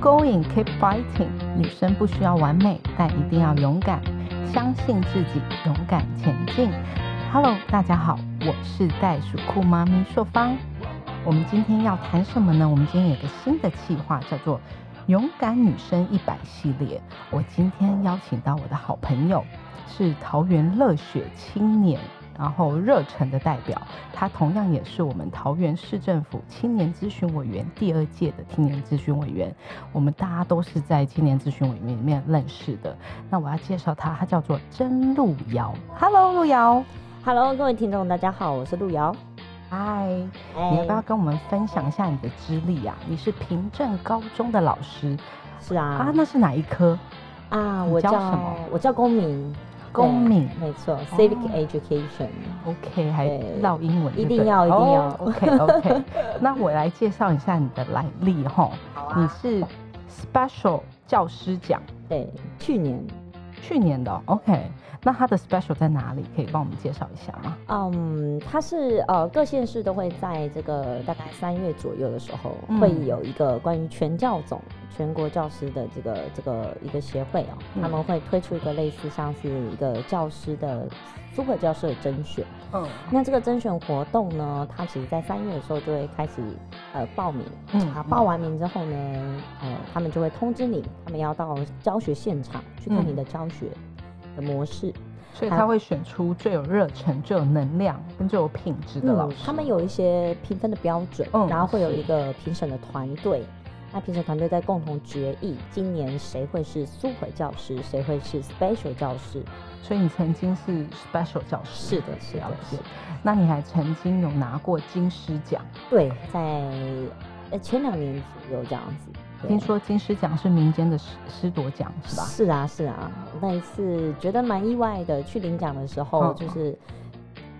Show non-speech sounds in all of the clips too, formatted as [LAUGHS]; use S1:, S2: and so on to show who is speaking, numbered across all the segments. S1: going, keep fighting。女生不需要完美，但一定要勇敢，相信自己，勇敢前进。Hello，大家好，我是袋鼠酷妈咪硕芳。我们今天要谈什么呢？我们今天有个新的企划，叫做“勇敢女生一百”系列。我今天邀请到我的好朋友，是桃园热血青年，然后热忱的代表。他同样也是我们桃园市政府青年咨询委员第二届的青年咨询委员。我们大家都是在青年咨询委员里面认识的。那我要介绍他，他叫做真路瑶。Hello，路瑶。
S2: Hello，各位听众，大家好，我是路遥。
S1: 嗨，你要不要
S2: 哎，
S1: 跟我们分享一下你的资历啊？你是平镇高中的老师
S2: 是啊
S1: 啊，那是哪一科？
S2: 啊，
S1: 你
S2: 我
S1: 教
S2: 叫
S1: 什么
S2: 我叫公民，
S1: 公哦民
S2: 对没错，Civic Education。
S1: OK，还
S2: 对
S1: 绕英文就
S2: 一
S1: 对了，
S2: 定要一定要
S1: OK OK，那 [LAUGHS] 我来介绍一下你的来历哈。
S2: 啊
S1: 你是 Special 教师奖，
S2: 对，去年，
S1: 去年的哦、OK，那他的 Special 在哪里？可以帮我们介绍一下吗？
S2: 嗯，它是呃各县市都会在这个大概三月左右的时候，
S1: 嗯
S2: 会有一个关于全教总全国教师的这个这个一个协会哦，
S1: 嗯
S2: 他们会推出一个类似像是一个教师的 super 教师的甄选。啊
S1: 嗯
S2: 那这个甄选活动呢，它其实在三月的时候就会开始呃报名，
S1: 嗯
S2: 啊，报完名之后呢，呃，他们就会通知你，他们要到教学现场去看你的教学的模式。
S1: 所以他会选出最有热忱、最有能量跟最有品质的老师。
S2: 嗯他们有一些评分的标准，
S1: 嗯
S2: 然后会有
S1: 是
S2: 一个评审的团队。那评审团队在共同决议，今年谁会是 super 教师，谁会是 special 教师。
S1: 所以你曾经是 special 教师，
S2: 是的是的
S1: 了解
S2: 是的。
S1: 那你还曾经有拿过金狮奖？
S2: 对，在呃前两年有这样子。对
S1: 听说金狮奖是民间的狮狮夺奖，是
S2: [LAUGHS]
S1: 吧？
S2: 是啊，是啊，那一次觉得蛮意外的。去领奖的时
S1: 嗯
S2: 候，就是、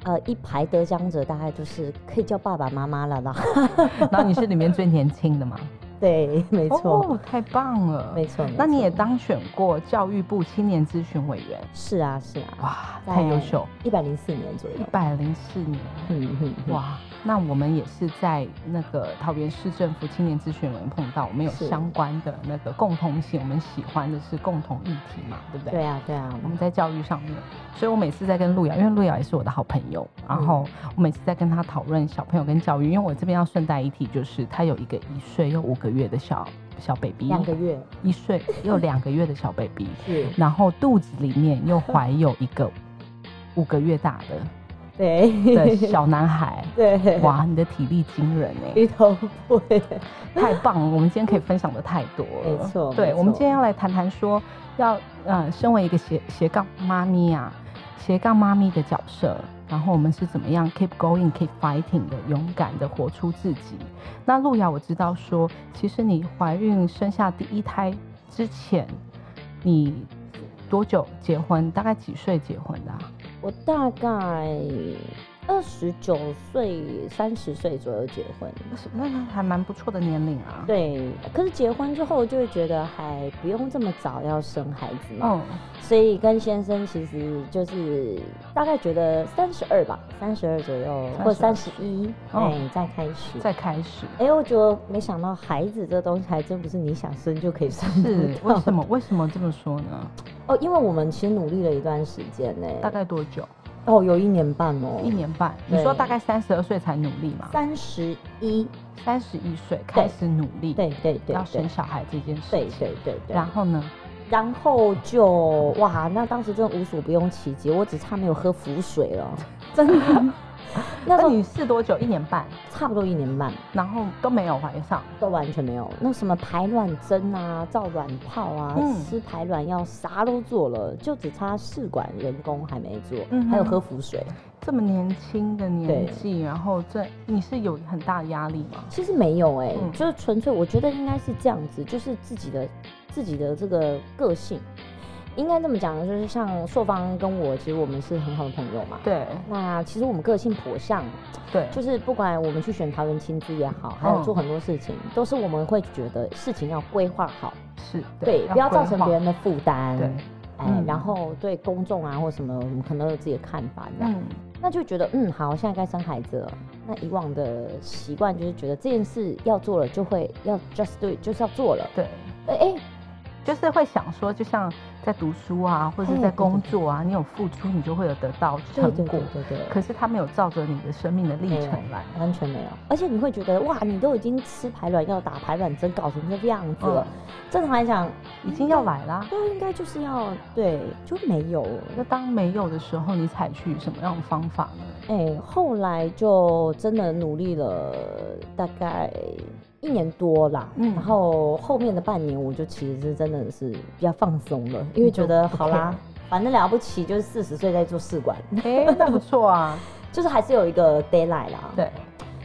S2: 呃一排得奖者，大概就是可以叫爸爸妈妈了啦。 [LAUGHS]
S1: 然后你是里面最年轻的嘛？
S2: 对， [LAUGHS] 没错，
S1: 哦，太棒了，
S2: 没错。
S1: 那你也
S2: 没错
S1: 当选过教育部青年咨询委员，
S2: 是啊，是啊，
S1: 哇，太优秀，！
S2: 一百零四年左右
S1: 一。百零四年。
S2: 嗯嗯，嗯，
S1: 哇，那我们也是在那个桃园市政府青年咨询委员碰到，我们有
S2: 是
S1: 相关的那个共同性，我们喜欢的是共同议题嘛，对不对？
S2: 对啊，对啊
S1: 我，们在教育上面，所以我每次在跟路遥，因为路遥也是我的好朋友，然
S2: 嗯
S1: 后我每次在跟他讨论小朋友跟教育，因为我这边要顺带一提，就是他有一个一岁又五个月的小小 baby，
S2: 两个月
S1: 一岁又两个月的小 baby，
S2: 是，
S1: 然后肚子里面又怀有一个五个月大的的
S2: [LAUGHS] 对
S1: 小男孩，
S2: 对，
S1: 哇，你的体力惊人哎、 [LAUGHS]
S2: 鱼头不会，
S1: 太棒了！我们今天可以分享的太多了，
S2: 没错没
S1: 对，
S2: 错
S1: 我们今天要来谈谈说，要呃，身为一个斜斜杠妈咪啊，斜杠妈咪的角色，然后我们是怎么样 keep going、keep fighting 的，勇敢的活出自己。那路遥，我知道说，其实你怀孕生下第一胎之前，你多久结婚？大概几岁结婚的、啊？
S2: 我大概二十九岁、三十岁左右结婚。
S1: 那是那那还蛮不错的年龄啊。，
S2: 对，可是结婚之后就会觉得还不用这么早要生孩子嘛，
S1: 嗯，
S2: 所以跟先生其实就是大概觉得三十二吧，三十二左右或
S1: 32
S2: 三十一，哎
S1: 嗯，
S2: 再开始。
S1: 再开始。
S2: 哎、我觉得没想到孩子这东西还真不是你想生就可以生
S1: 是
S2: [LAUGHS] 得到
S1: 为什么？为什么这么说呢？
S2: 哦，因为我们其实努力了一段时间呢、
S1: 大概多久？
S2: 哦，有一年半哦，
S1: 一年半。
S2: 对
S1: 你说大概三十二岁才努力嘛？
S2: 三十一，
S1: 三十一岁开始努力，
S2: 对对对
S1: 要生
S2: 对
S1: 小孩这件
S2: 对
S1: 事情。
S2: 对对对
S1: 然。后呢？
S2: 然后就哇，那当时真的无所不用其极，我只差没有喝浮水
S1: [LAUGHS]
S2: 了， [LAUGHS] 真的。那时
S1: 那
S2: 候
S1: 你试多久？一年半，
S2: 差不多一年半
S1: 然后都没有怀上。
S2: 都完全没有，那什么排卵针啊、造卵泡啊、
S1: 嗯
S2: 吃排卵药，啥都做了，就只差试管人工还没做，
S1: 嗯哼
S2: 还有喝浮水。
S1: 这么年轻的年纪，然后这你是有很大压力吗？
S2: 其实没有哎、
S1: 嗯
S2: 就是纯粹我觉得应该是这样子，就是自己的自己的这个个性，应该这么讲，就是像硕芳跟我，其实我们是很好的朋友嘛。
S1: 对
S2: 那其实我们个性颇像，
S1: 对，
S2: 就是不管我们去选桃园亲资也好，还
S1: 嗯
S2: 有做很多事情，都是我们会觉得事情要规划好，
S1: 是
S2: 对，不要造成别
S1: 人。
S2: 人的负担，
S1: 对，
S2: 哎、
S1: 嗯
S2: 然后对公众啊或什么，我们可能有自己的看法，这样，
S1: 嗯，
S2: 那就觉得嗯，好，现在该生孩子了。那以往的习惯就是觉得这件事要做了就会要 just do it，就是要做了，
S1: 对，
S2: 哎、哎
S1: 就是会想说，就像在读书啊，或者是
S2: 哎
S1: 在
S2: 对
S1: 工
S2: 对对
S1: 作啊，你有付出，你就会有得到
S2: 对
S1: 成
S2: 对
S1: 果
S2: 对。对对，
S1: 可是他没有照着你的生命的历
S2: 没有
S1: 程来，
S2: 完全没有，而且你会觉得哇，你都已经吃排卵药、打排卵针，搞成这个样子了。
S1: 嗯
S2: 正常来讲，
S1: 已经要来啦。
S2: 对啊，应该就是要对，就没有了。
S1: 那当没有的时候，你采取什么样的方法
S2: [LAUGHS]
S1: 呢？
S2: 哎、后来就真的努力了大概一年多啦，
S1: 嗯
S2: 然后后面的半年我就其实是真的是比较放松了，因为觉得
S1: 不
S2: 好啦，反正了不起就是四十岁再做试管，
S1: 哎、那不错啊。
S2: 就是还是有一个 d a y l i g h t 啦。，
S1: 对，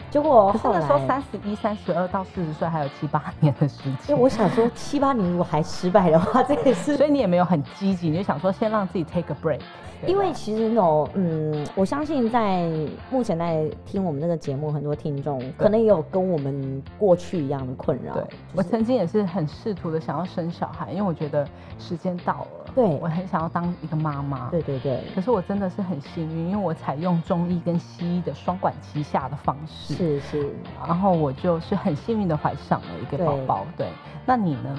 S2: 结果
S1: 可是
S2: 后
S1: 那
S2: 来
S1: 时候三十一、三十二到四十岁还有七八年的
S2: [LAUGHS]
S1: 时
S2: 因
S1: 间
S2: 为，我想说七八年如果还失败的话，这也是
S1: 所以你也没有很积极，你就想说先让自己 take a break 对吧。
S2: 因为其实那种，嗯，我相信在目前在听我们这个节目，很多听众可能也有跟我们过去一样的困扰。
S1: 对
S2: 就
S1: 我
S2: 是
S1: 曾经也是很试图的想要生小孩，因为我觉得时间到了，
S2: 对
S1: 我很想要当一个妈妈。
S2: 对
S1: [LAUGHS]
S2: 对对，
S1: 可是我真的是很幸运，因为我采用中医跟西医的双管齐下的方式，
S2: 是是
S1: 然后我就是很幸运的怀上了一个宝宝。对，那你呢？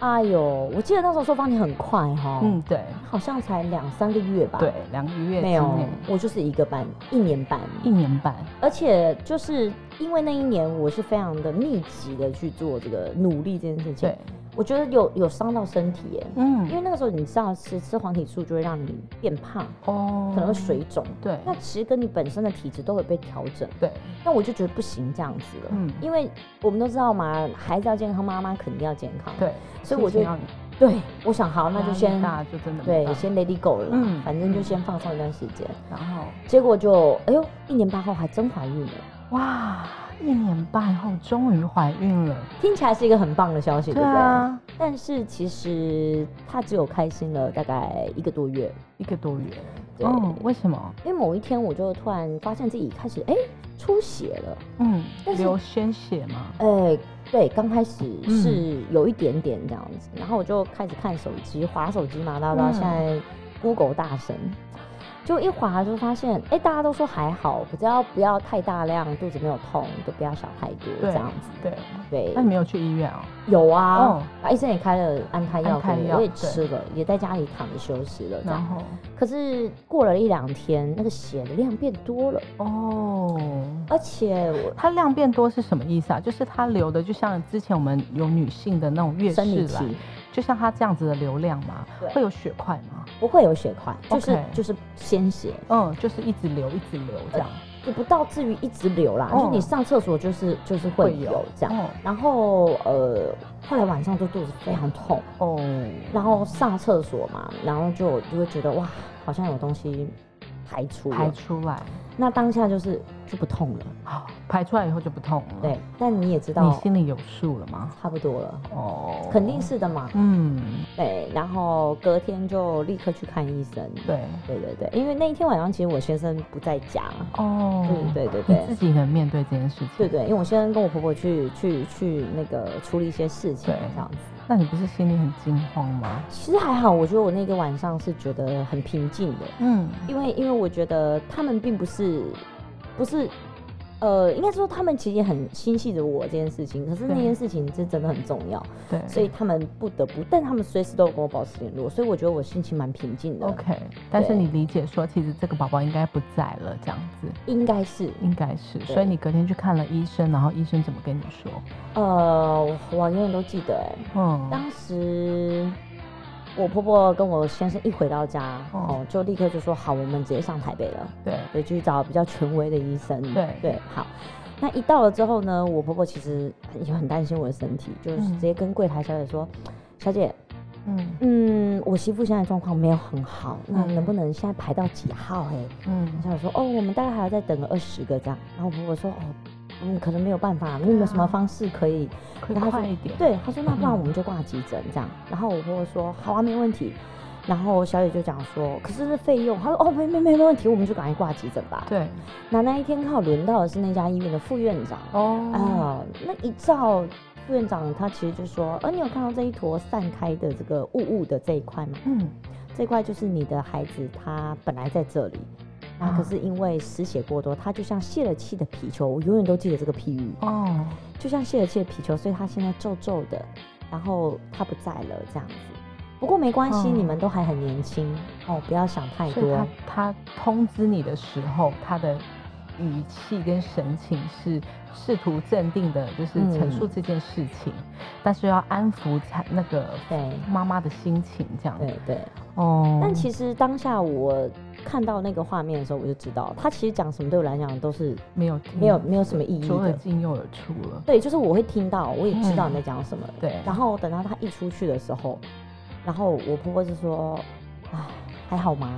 S2: 哎呦，我记得那时候说帮你很快哈，
S1: 嗯，对，
S2: 好像才两三个月吧。
S1: 对，，两个月之
S2: 没有
S1: 内，，
S2: 我就是一个半，一年半，
S1: 一年半，
S2: 而且就是因为那一年，我是非常的密集的去做这个努力这件事情
S1: 对，，
S2: 我觉得有有伤到身体耶。因
S1: 嗯，
S2: 为那个时候你知道吃吃黄体素就会让你变胖，
S1: 哦
S2: 可能会水，肿。
S1: 对，
S2: 那其实跟你本身的体质都会被调整。
S1: 对，
S2: 那我就觉得不行这样子了，
S1: 嗯
S2: 因为我们都知道嘛，孩子要健康，妈妈肯定要健康。
S1: 对，
S2: 所以我
S1: 心
S2: 就
S1: 情要
S2: 对，我想好，那就先
S1: 压力大就真的没
S2: 对，
S1: 办法
S2: 先 Lady Go 了啦，
S1: 嗯
S2: 反正就先放松一段时间。
S1: 然后
S2: 结果就哎呦，一年半后还真怀孕了，
S1: 哇，一年半后终于怀孕了，
S2: 听起来是一个很棒的消息，对不对？
S1: 啊，
S2: 但是其实她只有开心了大概一个多月，
S1: 一个多月，
S2: 对，
S1: 嗯，为什么？
S2: 因为某一天我就突然发现自己开始哎出血了。
S1: 嗯，
S2: 但是
S1: 流鲜血嘛，
S2: 哎、对，刚开始
S1: 嗯
S2: 是有一点点这样子，然后我就开始看手机，划手机嘛，到到
S1: 嗯
S2: 现在 Google 大神，就一划就发现，哎、大家都说还好，只要不要太大量，肚子没有痛，都不要想太多这
S1: 对
S2: 样子。
S1: 对，
S2: 对
S1: 那，你没有去医院哦？
S2: 有啊
S1: 哦，
S2: 啊医生也开了安胎药
S1: 安胎
S2: 给
S1: 药
S2: 我，我也
S1: 对
S2: 吃了，也在家里躺着休息了这
S1: 然
S2: 样。
S1: 后
S2: 可是过了一两天，那个血的量变多了，
S1: 哦。
S2: 而且我
S1: 它量变多是什么意思啊？就是它流的，就像之前我们有女性的那种月
S2: 生理
S1: 事来，
S2: 期
S1: 就像它这样子的流量嘛
S2: 对，
S1: 会有血块吗？
S2: 不会有血块，就是
S1: OK
S2: 就是鲜血。
S1: 嗯，就是一直流，一直流这样，
S2: 也不到至于一直流啦，
S1: 哦
S2: 就你上厕所就是就是会有这样。
S1: 样。
S2: 然后呃，后来晚上就肚子非常痛，
S1: 哦，
S2: 然后上厕所嘛，然后就就会觉得哇，好像有东西排出了
S1: 排出来， [GASPS]
S2: 那当下就是就不痛了，
S1: 好，排出来以后就不痛了。
S2: 对。但你也知
S1: 哦你
S2: 道，
S1: 心里有数了吗？
S2: 差不多了，
S1: 哦，
S2: 肯定。是的嘛。
S1: 嗯，
S2: 对，然后隔天就立刻去看医生。
S1: 对。
S2: 对对对，因为那一天晚上其实我先生不在家。
S1: 哦，
S2: 嗯，对对对
S1: 你。自己能面对这件事情。
S2: 对。对，因为我先跟我婆婆去去去那个处理一些事情
S1: 对
S2: 这样子。
S1: 那你不是心里很惊慌吗？
S2: 其实还好，我觉得我那个晚上是觉得很平静的，
S1: 嗯，
S2: 因为因为我觉得他们并不是不是。呃，应该说他们其实也很心系着我这件事情，可是那
S1: 对
S2: 件事情是真的很重要，
S1: 对。
S2: 所以他们不得不，但他们随时都有跟我保持联络，所以我觉得我心情蛮平静的
S1: OK，但是你理解说，其实这个宝宝应该不在了，这样子，
S2: 应该是，
S1: 应该是。所以你隔天去看了医生，然后医生怎么跟你说？
S2: 呃，我我永远都记得、哎，
S1: 嗯，
S2: 当时我婆婆跟我先生一回到家，
S1: 哦
S2: 哦，就立刻就说好，我们直接上台北了，
S1: 对，
S2: 对，去找比较权威的医生。
S1: 对
S2: 对，好。那一到了之后呢，我婆婆其实也很担心我的身体，就是
S1: 嗯
S2: 直接跟柜台小姐说：“小姐，
S1: 嗯
S2: 嗯，我媳妇现在状况没有很好，那
S1: 嗯
S2: 能不能现在排到几号、欸？”
S1: 嗯，
S2: 小姐说：“哦，我们大概还要再等个二十个这样。”然后我婆婆说：“哦，嗯，可能没有办法，那有没有
S1: 啊
S2: 什么方式可以
S1: 快
S2: 然后
S1: 快一点。
S2: 对，他说那不然我们就挂急诊这样。然后我婆婆说好啊，没问题。然后小姐就讲说，可是这费用，她说哦没没没没问题，我们就赶快挂急诊吧。
S1: 对，
S2: 那那一天刚好轮到的是那家医院的副院长啊、
S1: 哦，
S2: 那一照副院长他其实就说，呃你有看到这一坨散开的这个雾雾的这一块吗？
S1: 嗯，
S2: 这块就是你的孩子他本来在这里。
S1: 啊
S2: 那可是因为失血过多，他就像泄了气的皮球，我永远都记得这个譬喻。
S1: 哦，
S2: 就像泄了气的皮球，所以它现在皱皱的，然后他不在了这样子。不过没关系，
S1: 哦
S2: 你们都还很年轻哦，不要想太
S1: 所以
S2: 多
S1: 他。他通知你的时候，他的语气跟神情是试图镇定的，就是
S2: 嗯
S1: 陈述这件事情，但是要安抚他那个
S2: 对
S1: 妈妈的心情，这样。
S2: 对对。
S1: 哦，
S2: 但其
S1: 实
S2: 实当下我看到那个画面的时候，我就知道他其实讲什么对我来讲都是
S1: 没有听
S2: 没有没有什么意义
S1: 左耳
S2: 的。
S1: 进右耳出了。
S2: 对，就是我会听到，我也知道
S1: 嗯
S2: 你在讲什么。
S1: 对
S2: 然后等到他一出去的时候，然后我婆婆就说：“哎，还好吗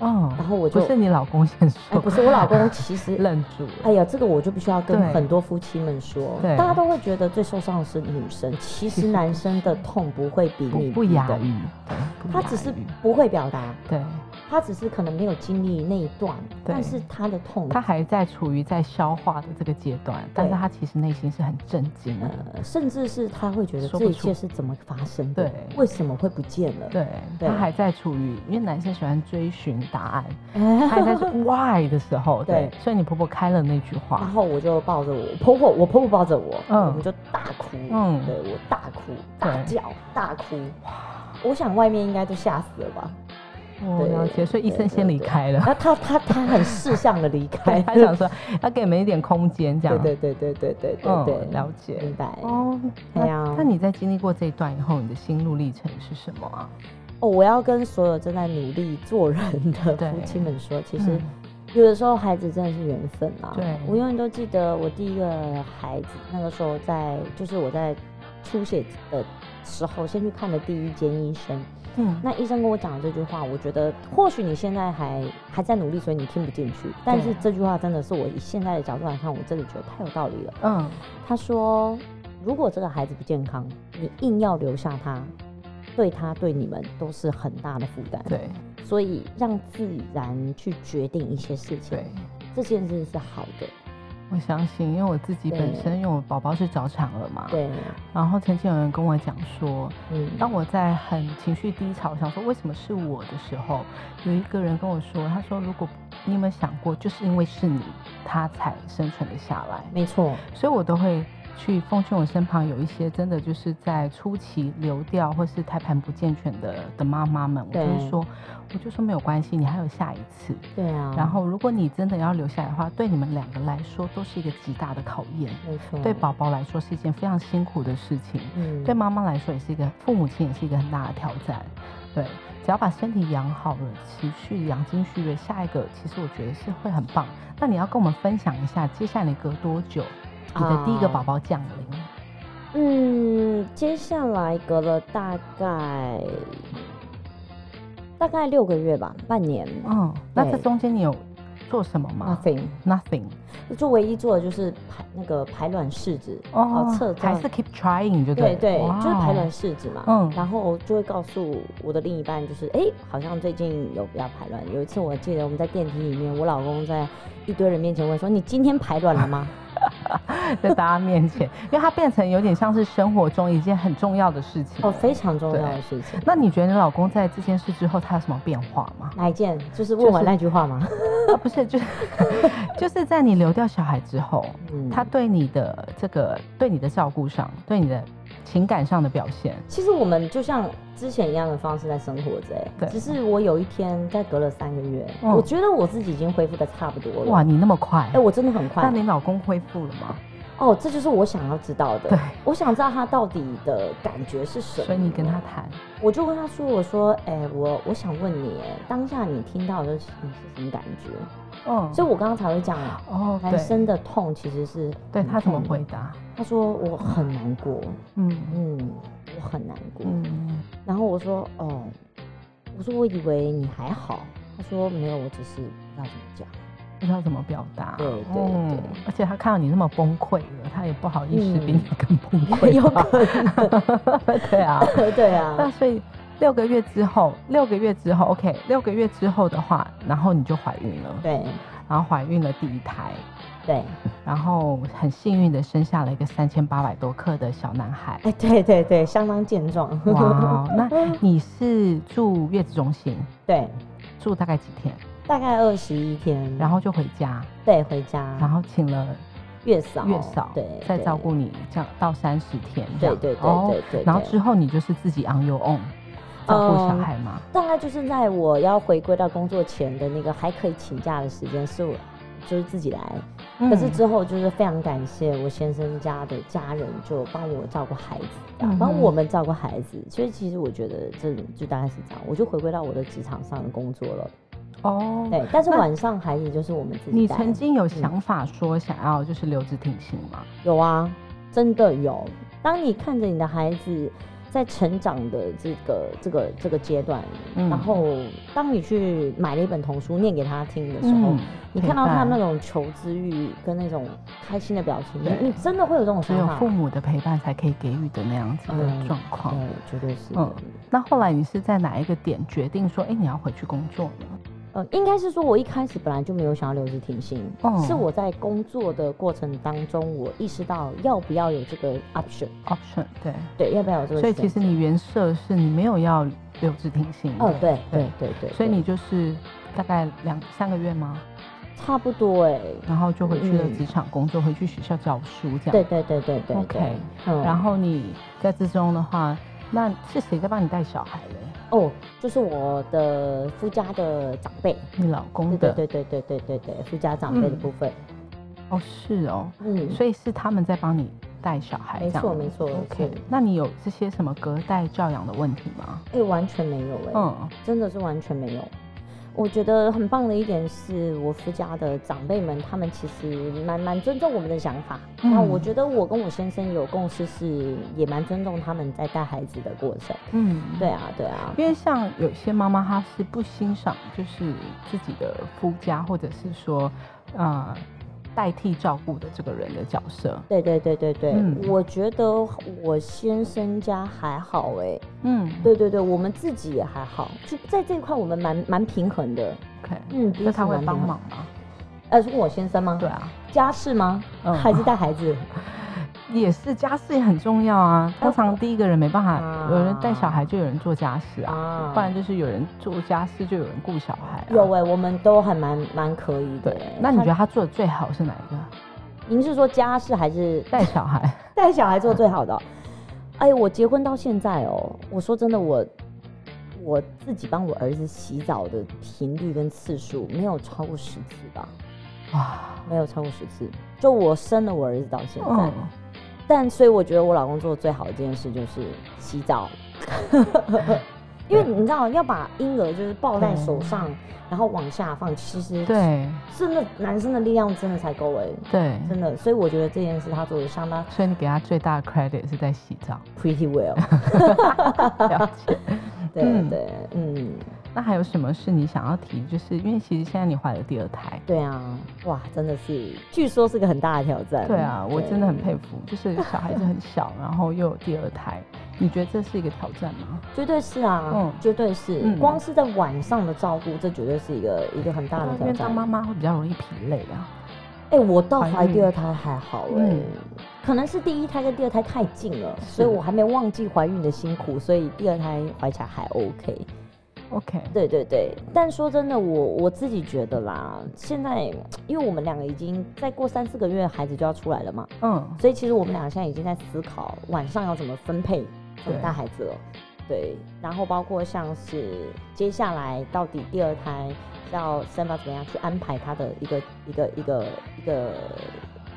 S1: 嗯？”
S2: 然后我就
S1: 不是你老公先
S2: 哎，
S1: 说，
S2: 不是我 [LAUGHS]
S1: [LAUGHS]
S2: 老公，其实
S1: 愣住了。
S2: 哎呀，这个我就必须要跟
S1: 对
S2: 很多夫妻们说，
S1: 对
S2: 大家都会觉得最受伤的是女生，其
S1: 其
S2: 实
S1: 实
S2: 男生的痛不会比
S1: 不
S2: 你
S1: 不
S2: 低
S1: 雅
S2: 的，
S1: 于，对，不
S2: 他
S1: 雅
S2: 只是
S1: 于
S2: 不会表达，
S1: 对，
S2: 他只是可能没有经历那一段，但是他的痛，
S1: 他还在处于在消化的这个阶段，但是他其实内心是很震惊的。
S2: 呃，甚至是他会觉得
S1: 说
S2: 这
S1: 不
S2: 一
S1: 出
S2: 切是怎么发生的，
S1: 对
S2: 为什么会不见了？ [LAUGHS]
S1: 对
S2: 对
S1: 他还在处于，因为男生喜欢追寻答案，他
S2: 哎
S1: 还在说 why 的时候，对，
S2: 对
S1: 所以你婆婆开了那句话，
S2: 然后我就抱着我婆婆，我婆婆抱着我，
S1: 嗯
S2: 我们就大哭，
S1: 嗯
S2: 对我大哭大
S1: 对
S2: 叫大哭，我想外面应该都吓死了吧。
S1: 我
S2: 对
S1: 哦了解，所以医生
S2: 对
S1: 先
S2: 对
S1: 离
S2: 对
S1: 开
S2: [LAUGHS]
S1: 了，
S2: 然后他他他很识相的离开，
S1: 他
S2: [LAUGHS]
S1: 想说要给你们一点空间，这
S2: 对
S1: 样，
S2: 对对对对对对对，
S1: 嗯，了解
S2: 明。白。
S1: 哦，
S2: 对啊
S1: 那那你在经历过这一段以后，你的心路历程是什么啊？
S2: 哦，我要跟所有正在努力做人的
S1: 对
S2: 夫妻们说，其实
S1: 嗯
S2: 有的时候孩子真的是缘分啊。
S1: 对
S2: 我永远都记得我第一个孩子，那个时候在就是我在出血的时候，先去看的第一间医生。
S1: 嗯，
S2: 那医生跟我讲的这句话，我觉得或许你现在还还在努力，所以你听不进去。但是
S1: 对
S2: 这句话真的是我以现在的角度来看，我真的觉得太有道理了。
S1: 嗯，
S2: 他说，如果这个孩子不健康，你硬要留下他，对他对你们都是很大的负担。，
S1: 对
S2: 所以让自然去决定一些事情，
S1: 对。
S2: 这件事是好的。
S1: 我相信，因为我自己本
S2: 对
S1: 身，因为我宝宝是早产儿嘛，。
S2: 对，
S1: 然后曾经有人跟我讲说，
S2: 嗯，
S1: 啊当我在很情绪低潮，想说为什么是我的时候，有一个人跟我说，他说如果你有没有想过，就是因为是你，他才生存的下来。
S2: 没错，
S1: 所以我都会去奉劝我身旁有一些真的就是在初期流掉或是胎盘不健全的的妈妈们，我就
S2: 对
S1: 会说，我就说没有关系，你还有下一次。
S2: 对啊，
S1: 然后，如果你真的要留下来的话，对你们两个来说都是一个极大的考验。
S2: 没错，
S1: 对？宝宝来说是一件非常辛苦的事情，
S2: 嗯，
S1: 对？妈妈来说也是一个，父母亲也是一个很大的挑战。对，只要把身体养好了，持续养精蓄锐，下一个其实我觉得是会很棒。那你要跟我们分享一下，接下来你隔多久，你的第一个
S2: 啊
S1: 宝宝降临？
S2: 嗯，接下来隔了大概大概六个月吧，半年。
S1: 嗯，那这
S2: 对
S1: 中间你有做什么吗
S2: Nothing，
S1: ？Nothing，
S2: 就唯一做的就是排那个排卵试纸，哦，测
S1: 还是
S2: 这样
S1: keep trying 就
S2: 对
S1: 对
S2: 对，
S1: 哇哦
S2: 就是排卵试纸嘛。
S1: 嗯
S2: 然后就会告诉我的另一半，就是哎，诶好像最近有要排卵。有一次我记得我们在电梯里面，我老公在一堆人面前问说：“你今天排卵了吗
S1: 在大家面前，因为它变成有点像是生活中一件很重要的事？”情。
S2: 哦，非常重要的事情。
S1: 那你觉得你老公在这件事之后，他有什么变化吗？
S2: 哪一件？就是问我
S1: 就是
S2: 那句
S1: [LAUGHS]
S2: 话吗？
S1: 啊，不是，就是就是在你流掉小孩之后，
S2: 嗯，
S1: 他对你的这个对你的照顾上，对你的情感上的表现，
S2: 其实我们就像之前一样的方式在生活着、哎，
S1: 对
S2: 只是我有一天在隔了三个月，
S1: 嗯
S2: 我觉得我自己已经恢复的差不多了。
S1: 哇，你那么快
S2: 哎、，我真的很快
S1: 那。你老公恢复了吗？
S2: 哦，这就是我想要知道的
S1: 对。
S2: 我想知道他到底的感觉是什么。
S1: 所以你跟他，谈，
S2: 我就跟他说：“我说，哎、我我想问你，哎当下你听到的是你是什么感觉？”
S1: 嗯，
S2: 所以，我刚刚才会讲，啊
S1: 哦，
S2: 男
S1: 对
S2: 生的痛其实是
S1: 对
S2: 很
S1: 他怎么
S2: 痛的
S1: 回？答？
S2: 他说：“我很难过，
S1: 嗯
S2: 嗯，我很难过。”
S1: 嗯，
S2: 然后我说哦，我说我以为你还好。他说没有，我只是不知道怎么讲。
S1: 不知道怎么表达，
S2: 对对对
S1: 嗯而且他看到你那么崩溃了，他也不好意思比你更
S2: [LAUGHS]
S1: 崩
S2: 也有
S1: 溃吧，
S2: 可能， [LAUGHS]
S1: [LAUGHS] 对啊，
S2: 对
S1: 那
S2: 啊，
S1: 所以六个月之后，六个月之后，OK，六个月之后的话，然后你就怀孕了，
S2: 对
S1: 然后怀孕了第一胎，
S2: 对，。
S1: 然后很幸运的生下了一个三千八百多克的小男孩
S2: 哎对对对，相当健壮。
S1: 哇
S2: [LAUGHS]
S1: 哦，那你是住月子中心，
S2: 对，
S1: 住大概几天，
S2: 大概二十一天，
S1: 然后就回家，
S2: 对回家，
S1: 然后请了
S2: 月嫂，
S1: 月嫂
S2: 对，
S1: 再
S2: 对
S1: 照顾你这样到三十天这样，
S2: 对对对
S1: 哦
S2: 对对
S1: 然后
S2: 对
S1: 之后你就是自己 on your own 照顾小
S2: 嗯
S1: 孩嘛，
S2: 大概就是在我要回归到工作前的那个还可以请假的时间，是我就是自己来。可是
S1: 嗯
S2: 之后就是非常感谢我先生家的家人，就帮我照顾孩子，这
S1: 嗯
S2: 样
S1: 哼
S2: 帮我们照顾孩子。所以其实我觉得这就大概是这样，我就回归到我的职场上的工作了。
S1: 哦，
S2: 对，但是
S1: 那
S2: 晚上孩子就是我们自己
S1: 你
S2: 带。
S1: 曾经有想法说想要就是留职停薪吗？
S2: 有啊，真的有。当你看着你的孩子在成长的这个这个这个阶段，
S1: 嗯
S2: 然后当你去买了一本童书念给他听的时候，
S1: 嗯
S2: 你看到他
S1: 陪伴
S2: 那种求知欲跟那种开心的表情，
S1: 对
S2: 你你真的会有这种
S1: 只
S2: 想
S1: 有
S2: 法。
S1: 父母的陪伴才可以给予的那样子的
S2: 嗯
S1: 状况。
S2: 对，绝对是。
S1: 嗯那后来你是在哪一个点决定说，哎、你要回去工作呢？
S2: 呃，应该是说，我一开始本来就没有想要留职停薪，
S1: 哦
S2: 是我在工作的过程当中，我意识到要不要有这个 option，
S1: option 对，
S2: 对，要不要有这个
S1: 所以
S2: 选择。
S1: 其实你原设是你没有要留职停薪的
S2: 哦，对
S1: 对
S2: 对对对，
S1: 所以
S2: 对
S1: 你就是大概两三个月吗？
S2: 差不多哎、
S1: 然后就回去了
S2: 嗯
S1: 职场工作，回去学校教书这样。
S2: 对对对对对
S1: OK，
S2: 对。嗯
S1: 然后你在之中的话，那是谁在帮你带小孩嘞？
S2: 哦，就是我的夫家的长辈，
S1: 你老公
S2: 对
S1: 的
S2: 对对对对对对对，夫家长辈的
S1: 嗯
S2: 部分，
S1: 哦，是哦，
S2: 嗯，
S1: 所以是他们在帮你带小孩
S2: 没
S1: 这样
S2: 错
S1: 吗。
S2: 没错
S1: OK，
S2: 是
S1: 那你有这些什么隔代教养的问题吗？
S2: 哎、完全没有哎、
S1: 嗯，
S2: 真的是完全没有。我觉得很棒的一点是我夫家的长辈们，他们其实蛮蛮尊重我们的想法。
S1: 嗯
S2: 那我觉得我跟我先生有共识是，也蛮尊重他们在带孩子的过程。
S1: 嗯，
S2: 对。啊，对啊，
S1: 因为像有些妈妈，她是不欣赏就是自己的夫家，或者是说，呃，代替照顾的这个人的角色。
S2: 对对对对对，
S1: 嗯
S2: 我觉得我先生家还好哎、
S1: 嗯，
S2: 对对对，我们自己也还好，就在这一块我们蛮蛮平衡的。
S1: ，OK，
S2: 嗯，
S1: 那他会
S2: 彼此蛮
S1: 帮。忙
S2: 平衡
S1: 吗？
S2: 呃，是问我先生吗？
S1: 对，啊，
S2: 家事吗？
S1: 嗯
S2: 还是带孩
S1: [LAUGHS]
S2: 子？
S1: 也是家事也很重要啊。通常第一个人没办法
S2: 啊，
S1: 有人带小孩就有人做家事啊，
S2: 啊
S1: 不然就是有人做家事就有人顾小孩、啊。
S2: 有哎、我们都还蛮蛮可以的
S1: 对
S2: 欸、，
S1: 那你觉得
S2: 他
S1: 他做的最好是哪一
S2: [LAUGHS]
S1: 个？
S2: 您是说家事还是
S1: 带小孩？
S2: 带小孩做最好的哦、哎，我结婚到现在哦，我说真的，我我自己帮我儿子洗澡的频率跟次数没有超过十次吧，
S1: 哇，
S2: 没有超过十次。就我生了我儿子到现在，
S1: 嗯，
S2: 但所以我觉得我老公做的最好的一件事就是洗澡，
S1: [LAUGHS]
S2: 因为你知道要把婴儿就是抱在手上，然后往下放，其实
S1: 对
S2: 真的男生的力量真的才够哎、
S1: 对，
S2: 真的，所以我觉得这件事他做的相当
S1: 所以你给他最大的 credit 是在洗
S2: [LAUGHS]
S1: 澡。[LAUGHS]
S2: pretty well。
S1: 了解。
S2: 对
S1: 嗯
S2: 对，嗯，
S1: 那还有什么是你想要提？就是因为其实现在你怀了第二胎。
S2: 对啊，哇，真的是，据说是个很大的挑战。
S1: 对啊，我真的很佩
S2: 服，
S1: 服，就是小孩子很小，然后又有第二胎，你觉得这是一个挑战吗？
S2: 绝对是啊，
S1: 嗯
S2: 绝对是，
S1: 嗯
S2: 光是在晚上的照顾，这绝对是一个一个很大的
S1: 啊因
S2: 挑
S1: 为当
S2: 战。
S1: 妈妈会比较容易疲累啊。
S2: 哎、我到
S1: 怀
S2: 怀第
S1: 孕
S2: 二胎还好哎、
S1: 嗯
S2: 可能是第一胎跟第二胎太近了，所以
S1: 是
S2: 我还没忘记怀孕的辛苦，所以第二胎怀起来还 OK。
S1: OK，
S2: 对对对，但说真的，我我自己觉得啦，现在因为我们两个已经再过三四个月，孩子就要出来了嘛，
S1: 嗯，
S2: 所以其实我们俩现在已经在思考晚上要怎么分配我们
S1: 对
S2: 带孩子了。对，然后包括像是接下来到底第二胎要三宝怎么样去安排他的一个一个一个一个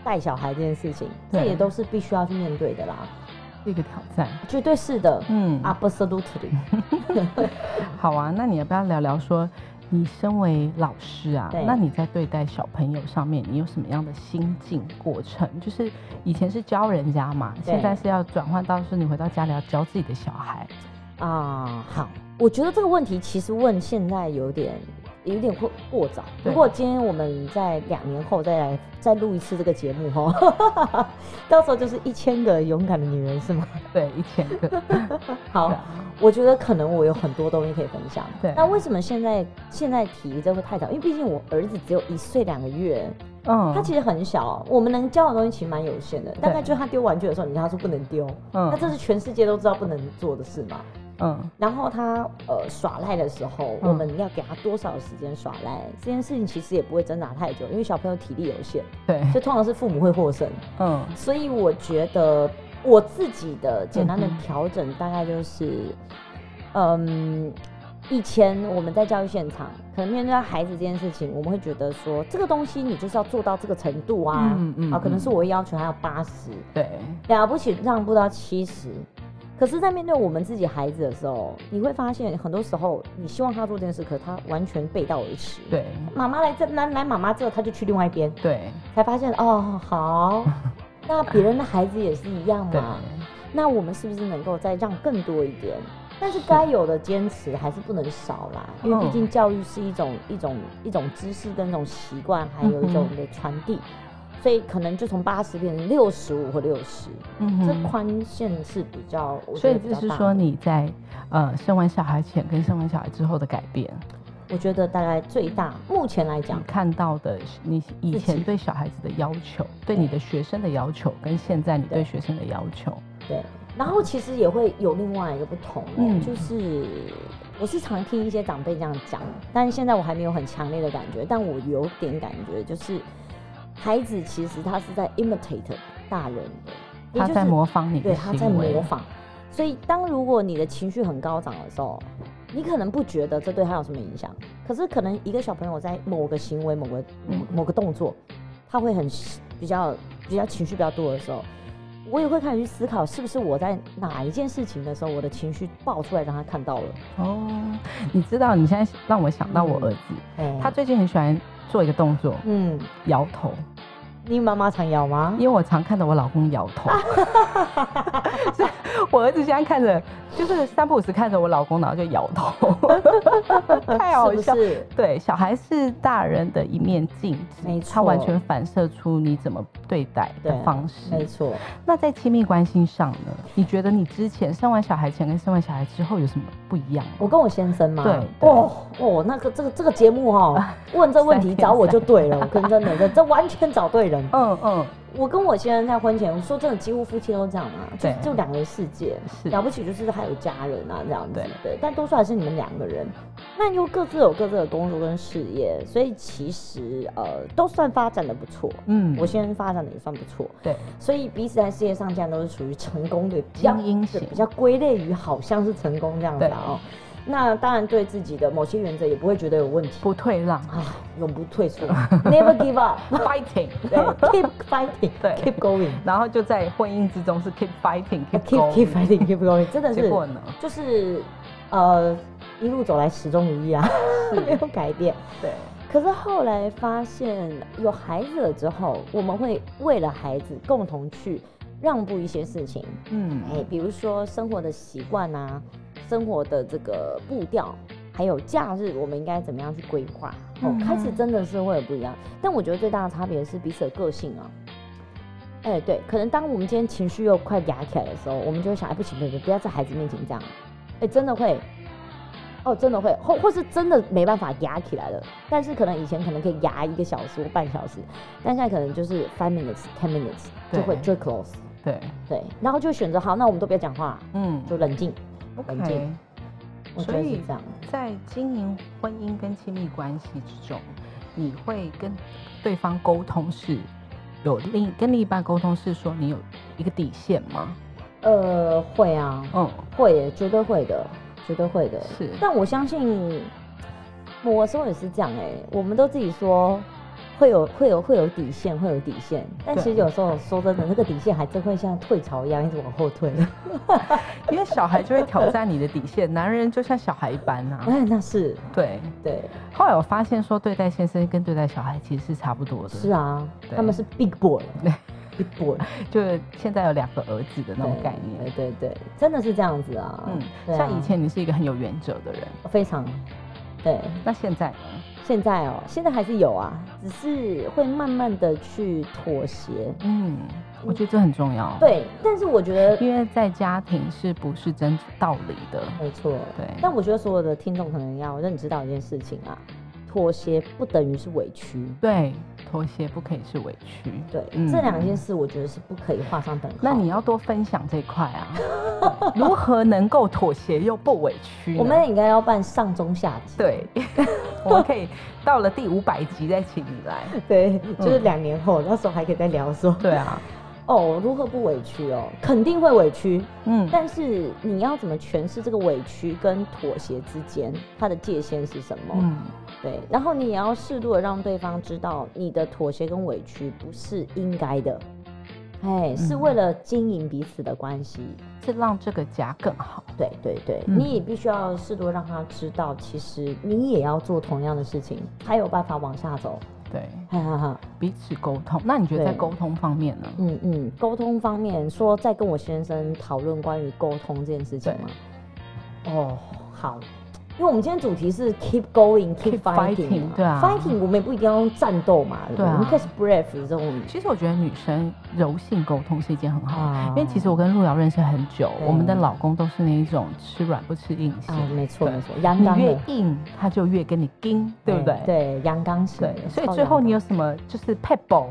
S2: 带小孩这件事情，这
S1: 对
S2: 也都是必须要去面对的啦，
S1: 是一个挑战。
S2: 绝对是的。
S1: 嗯，
S2: Absolutely，
S1: 好啊，那你要不要聊聊说，你身为老师啊
S2: 对，
S1: 那你在对待小朋友上面，你有什么样的心境过程？就是以前是教人家嘛，
S2: 对
S1: 现在是要转换到是你回到家里要教自己的小孩。
S2: 啊，好，我觉得这个问题其实问现在有点有点过过早。
S1: 对
S2: 如果今天我们在两年后再来再录一次这个节目哈， [LAUGHS] 到时候就是一千个勇敢的女人是吗？
S1: 对，一千个。
S2: [LAUGHS] 好
S1: 对，
S2: 我觉得可能我有很多东西可以分享。
S1: 对
S2: 那为什么现在现在提这会太早？因为毕竟我儿子只有一岁两个月，
S1: 嗯，
S2: 他其实很小，我们能教的东西其实蛮有限的。大概就是他丢玩具的时候，你跟他说不能丢，
S1: 嗯
S2: 那这是全世界都知道不能做的事嘛？
S1: 嗯
S2: 然后他呃耍赖的时候，
S1: 嗯
S2: 我们要给他多少时间耍赖？这件事情其实也不会挣扎太久，因为小朋友体力有限，
S1: 对，
S2: 所以通常是父母会获胜。
S1: 嗯
S2: 所以我觉得我自己的简单的
S1: 嗯哼
S2: 调整大概就是，嗯，以前我们在教育现场，可能面对到孩子这件事情，我们会觉得说这个东西你就是要做到这个程度啊，
S1: 嗯嗯
S2: 啊，可能是
S1: 嗯
S2: 我会要求他要八十，
S1: 对，
S2: 了不起让步到七十。可是，在面对我们自己孩子的时候，你会发现，很多时候你希望他做这件事，可他完全背道而驰。，
S1: 对
S2: 妈妈来这来来妈妈这，他就去另外一边。
S1: 对
S2: 才发现哦，
S1: [LAUGHS]
S2: 好，那别人的孩子也是一样
S1: 对
S2: 嘛。那我们是不是能够再让更多一点？但是该有的坚持还是不能少啦，因为
S1: 嗯
S2: 毕竟教育是一种一种一种知识跟一种习惯，还有一种
S1: 嗯哼
S2: 的传递，所以可能就从八十变成六十五或六十、
S1: 嗯
S2: 这
S1: 哼。
S2: 宽限是比较，我
S1: 所
S2: 觉
S1: 以
S2: 得比
S1: 就
S2: 较
S1: 是
S2: 大
S1: 说，
S2: 的，
S1: 你在呃生完小孩前跟生完小孩之后的改变，
S2: 我觉得大概最大目前来
S1: 你
S2: 讲，
S1: 看到的是你以
S2: 自
S1: 前
S2: 己
S1: 对小孩子的要求，对你的学生的要求，跟现在你对
S2: 对
S1: 学生的要求，
S2: 对，然后其实也会有另外一个不同、哦，
S1: 嗯
S2: 就是我是常听一些长辈这样讲，但是现在我还没有很强烈的感觉，但我有点感觉就是，孩子其实他是在 imitate 大人的，也
S1: 他
S2: 就
S1: 在
S2: 是
S1: 模仿你
S2: 对
S1: 的
S2: 他在
S1: 行为
S2: 模，仿，所以当如果你的情绪很高涨的时候。你可能不觉得这对他有什么影响，可是可能一个小朋友在某个行为、某个
S1: 嗯
S2: 某个动作，他会很比较比较情绪比较多的时候，我也会开始去思考，是不是我在哪一件事情的时候，我的情绪爆出来让他看到了。
S1: 哦，你知道，你现在让我想到我儿子，
S2: 哎
S1: 他最近很喜欢做一个动作，
S2: 嗯，
S1: 摇头，
S2: 你妈妈常咬吗
S1: 因？为我常看到我老公摇头， [LAUGHS] 所以我儿子现在看着就是三不五时看着我老公，然后就摇
S2: [LAUGHS]
S1: 头， [LAUGHS] 太好
S2: 是
S1: 笑
S2: 不。是？
S1: 对，小孩是大人的一面镜子
S2: 没，
S1: 他完
S2: 错
S1: 全反射出你怎么对待的
S2: 对
S1: 方式。
S2: 没错。
S1: 那在亲密关系上呢？你觉得你之前生完小孩前跟生完小孩之后有什么不一样吗？
S2: 我跟我先生嘛，
S1: 对对
S2: 哦哦，那个这个这个节目哦，
S1: [LAUGHS]
S2: 问这问题
S1: 三天
S2: 找我就对了，我跟真的这这完全找对人。
S1: 嗯嗯，
S2: 我跟我先生在婚前，我说真的，几乎夫妻都这样嘛，就
S1: 对
S2: 就两个人世界，
S1: 是
S2: 了不起就是还有家人啊这样子
S1: 对，
S2: 对，但多数还是你们两个人，那又各自有各自的工作跟事业，所以其实呃都算发展的不错。
S1: 嗯，
S2: 我先生发展的也算不错，
S1: 对
S2: 所以彼此在事业上这样都是属于成功的比较
S1: 精英型
S2: 比较归类于好像是成功这样子啊哦。那当然对自己的某些原则也不会觉得有问题
S1: 不退
S2: [LAUGHS]
S1: 让
S2: 啊，永不
S1: [LAUGHS]
S2: 退缩，never give up， [LAUGHS]
S1: ，fighting，
S2: 对，keep fighting，
S1: 对
S2: ，keep going。
S1: 然后就在婚姻之中是 keep fighting，keep
S2: keep
S1: going
S2: keep fighting keep going，真的
S1: [LAUGHS] 结
S2: 是
S1: 果呢？
S2: 就是呃一路走来始终如一啊， [LAUGHS] 没有改变。
S1: 对，
S2: 可是后来发现有孩子了之后，我们会为了孩子共同去让步一些事情，
S1: 嗯，
S2: 哎，比如说生活的习惯啊，生活的这个步调，还有假日我们应该怎么样去规划。哦
S1: 嗯，
S2: 开始真的是会有不一样，但我觉得最大的差别是彼此的个性啊。哎，对，可能当我们今天情绪又快压起来的时候，我们就会想，哎，不行不行，不要在孩子面前这样。哎，真的会，哦，真的会，或或是真的没办法压起来了。但是可能以前可能可以压一个小时或半小时，但现在可能就是 five minutes, ten minutes 就会
S1: 对
S2: 最 close。
S1: 对，
S2: 对，然后就选择好，那我们都不要讲话，
S1: 嗯
S2: 就冷静。冷
S1: ，OK
S2: 静。我觉得是这样。
S1: 在经营婚姻跟亲密关系之中，你会跟对方沟通是有另跟另一半沟通是说你有一个底线吗？
S2: 呃，会啊，
S1: 嗯，
S2: 会耶，绝对会的，绝对会的。
S1: 是
S2: 但我相信，我时候也是这样哎，我们都自己说。会有会有会有底线，会有底线，但
S1: 对啊
S2: 其实有时候说真的，那个底线还真会像退潮一样一直往后退。
S1: 啊因为小孩就会挑战你的底线，男人就像小孩一般啊。
S2: 哎，那是
S1: 对，
S2: 对，
S1: 后来我发现说，对待先生跟对待小孩其实是差不多的，
S2: 是啊，
S1: 对
S2: 他
S1: [LAUGHS]
S2: 们是 big boy，big boy，
S1: 就是现在有两个儿子 [LAUGHS] 的那种
S2: 对
S1: 概念。
S2: 对对对，真的是这样子啊。
S1: 嗯，
S2: 对啊
S1: 像以前你是一个很有原则的人，
S2: 非常，对，
S1: 那现在呢？
S2: 现在哦，现在还是有啊，只是会慢慢的去妥协。
S1: 嗯，我觉得这很重要。，
S2: 对，但是我觉得
S1: 因为在家庭是不是真道理的？
S2: 没错。
S1: 对，
S2: 但我觉得所有的听众可能要认知到一件事情啊，妥协不等于是委屈。
S1: 对，妥协不可以是委屈。
S2: 对，
S1: 嗯
S2: 这两件事我觉得是不可以画上等号。
S1: 那你要多分享这一块
S2: [LAUGHS]
S1: 啊，对如何能够妥协又不委屈呢？
S2: 我们应该要办上中下集。
S1: 对， [LAUGHS] 我们可以到了第五百集再请你
S2: [LAUGHS]
S1: 来。
S2: [LAUGHS] 对，就是
S1: 嗯
S2: 两年后，那时候还可以再聊说，
S1: 对啊，
S2: 哦，如何不委屈哦，肯定会委屈，
S1: 嗯，
S2: 但是你要怎么诠释这个委屈跟妥协之间它的界限是什么？
S1: 嗯，
S2: 对，然后你也要适度的让对方知道你的妥协跟委屈不是应该的，哎，是
S1: 嗯
S2: 为了经营彼此的关系。
S1: 是让这个家更好。
S2: 对对对，
S1: 嗯
S2: 你也必须要适度地让他知道，其实你也要做同样的事情，才有办法往下走。 [LAUGHS]
S1: 对，
S2: 哈哈哈。
S1: 彼此沟通。那你觉得在
S2: 对
S1: 沟通方面呢？
S2: 嗯嗯，沟通方面说，在跟我先生讨论关于沟通这件事情吗？哦，好，因为我们今天主题是 keep going, keep
S1: Keep
S2: fighting，嘛
S1: fighting，对啊
S2: fighting 我们也不一定要用战斗嘛，对不
S1: 对啊
S2: 我们可以是 brave 这种
S1: 其实我觉得女生柔性沟通是一件很好的，
S2: 啊
S1: 因为其实我跟路遥认识很久，
S2: 对
S1: 我们的老公都是那一种吃软不吃硬
S2: 嗯啊，
S1: 型，
S2: 没错
S1: 对
S2: 没错，阳
S1: 你
S2: 刚
S1: 越
S2: 的，嗯
S1: 硬他就越跟你硬，对不对？
S2: 对，阳刚型
S1: 对
S2: 的，
S1: 所以
S2: 超
S1: 最后
S2: 阳
S1: 你有
S2: 刚
S1: 什么就是 pebble，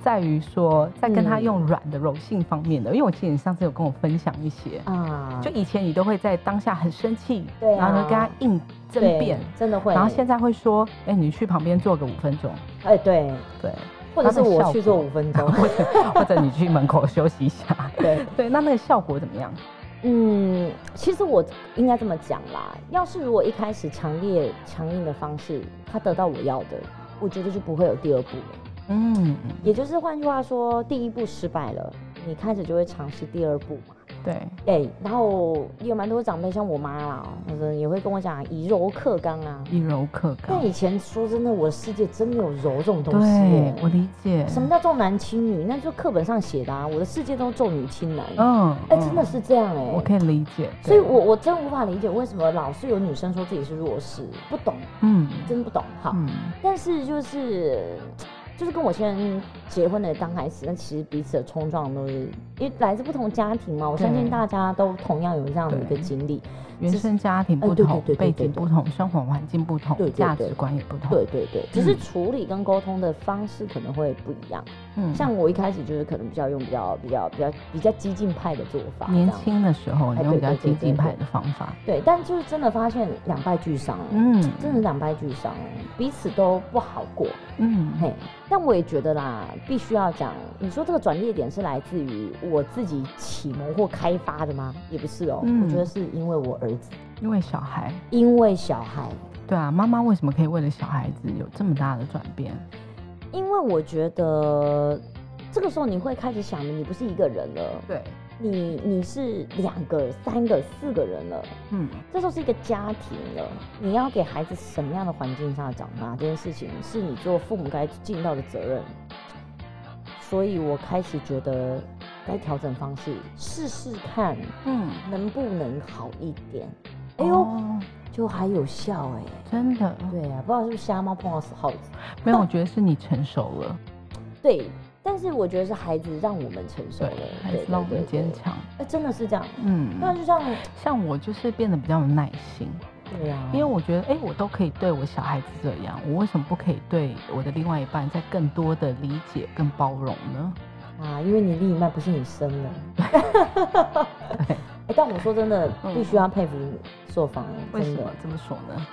S1: 在于说在跟他
S2: 嗯
S1: 用软的柔性方面的，因为我记得你上次有跟我分享一些，
S2: 啊
S1: 就以前你都会在当下很生气，
S2: 对啊
S1: 然后就跟他硬争
S2: 对
S1: 辩，
S2: 真的会，
S1: 然后现在会说，哎、你去旁边坐个五分钟，
S2: 哎对，
S1: 对，
S2: 或者
S1: 它
S2: 是
S1: 的效
S2: 我去做
S1: 果
S2: 五
S1: [LAUGHS]
S2: 分钟，
S1: 或者或者你去门口休息一下。 [LAUGHS]
S2: 对。
S1: 对，那那个效果怎么样？
S2: 嗯，其实我应该这么讲啦。要是如果一开始强烈强硬的方式，他得到我要的，我觉得就不会有第二步了。
S1: 嗯，
S2: 也就是换句话说，第一步失败了，你开始就会尝试第二步嘛。
S1: 对，
S2: 哎、然后也有蛮多长辈，像我妈啦，反正也会跟我讲以柔克刚啊。
S1: 以柔克刚
S2: 但。以前说真的，我的世界真没有柔这种东西
S1: 对
S2: 耶。，
S1: 我理解。
S2: 什么叫重男轻女？那就课本上写的啊，我的世界都重女轻男。哎、
S1: 嗯，
S2: 真的
S1: 嗯，
S2: 是这样哎、
S1: 我可以理解。
S2: 所以
S1: 对
S2: 我我真无法理解为什么老是有女生说自己是弱势，不懂，
S1: 嗯
S2: 真不懂。好，
S1: 嗯
S2: 但是就是就是跟我现在结婚的刚开始，那其实彼此的冲撞都是因为来自不同家庭嘛，我相信
S1: 对
S2: 大家都同样有这样的一个
S1: 对
S2: 经历。
S1: 原
S2: 只是
S1: 生家庭不
S2: 哎对对
S1: 同
S2: 对对，
S1: 背
S2: 对
S1: 景
S2: 对
S1: 不同，生活环境不
S2: 对
S1: 同，
S2: 对
S1: 价
S2: 对
S1: 值观也不同。
S2: 对，对对，只是处理跟沟通的方式可能会不一样。
S1: 嗯
S2: 像我一开始就是可能比较用比较比较比较比较激进派的做法，这
S1: 年
S2: 样
S1: 轻的时候，
S2: 哎
S1: 你用
S2: 对
S1: 比较
S2: 对对
S1: 激进
S2: 对
S1: 派
S2: 对哎
S1: 的方法。
S2: 对，但就是真的发现两败俱伤，
S1: 嗯
S2: 真的两败俱伤，彼此都不好过。
S1: 嗯，
S2: 嘿，但我也觉得啦，必须要讲，你说这个转捩点是来自于我自己启蒙或开发的吗？也不是哦，
S1: 嗯
S2: 我觉得是因为我儿子，
S1: 因为小孩，
S2: 因为小孩，
S1: 对啊，妈妈为什么可以为了小孩子有这么大的转变？
S2: 因为我觉得这个时候你会开始想，你不是一个人了，
S1: 对，
S2: 你你是两个、三个、四个人了，
S1: 嗯，
S2: 这时候是一个家庭了，你要给孩子什么样的环境下长大，这件事情是你做父母该尽到的责任。所以我开始觉得该调整方式，试试看
S1: 嗯，
S2: 能不能好一点。哎
S1: 哎
S2: 呦，
S1: 呦，
S2: 就还有效哎、
S1: 真的，
S2: 对啊，不知道是不是瞎猫碰到死耗子。
S1: 没有，我觉得是你成熟了，
S2: 对，但是我觉得是孩子让我们成熟
S1: 对
S2: 了，，
S1: 还
S2: 对
S1: 是让我们坚。强。
S2: 哎、真的是这样。
S1: 嗯，
S2: 那就像，
S1: 像我就是变得比较有耐心，
S2: 对啊，
S1: 因为我觉得，哎、我都可以对我小孩子这样，我为什么不可以对我的另外一半再更多的理解跟包容呢？
S2: 啊，因为你另一半不是你生的。
S1: 对，
S2: [LAUGHS] 哎但我说真的，
S1: 嗯
S2: 必须要佩服朔方，
S1: 为什
S2: 真
S1: 么
S2: 的。
S1: 这么说呢？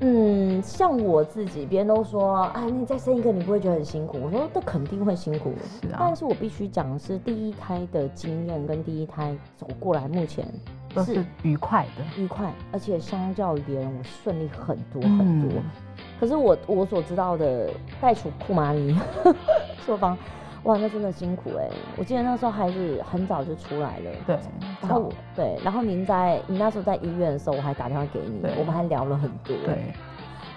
S2: 嗯，像我自己，别人都说，哎，你再生一个，你不会觉得很辛苦？我说，那肯定会辛苦。
S1: 是啊
S2: 但是我必须讲的是，第一胎的经验跟第一胎走过来，目前
S1: 都
S2: 是
S1: 是愉快的，
S2: 愉快，而且相较于别人，我顺利很多很多。
S1: 嗯
S2: 可是我我所知道的袋鼠库玛尼朔方，哇，那真的辛苦哎、我记得那时候孩子很早就出来了，
S1: 对，
S2: 然后我对，然后您在你那时候在医院的时候，我还打电话给你
S1: 对，
S2: 我们还聊了很多。
S1: 对，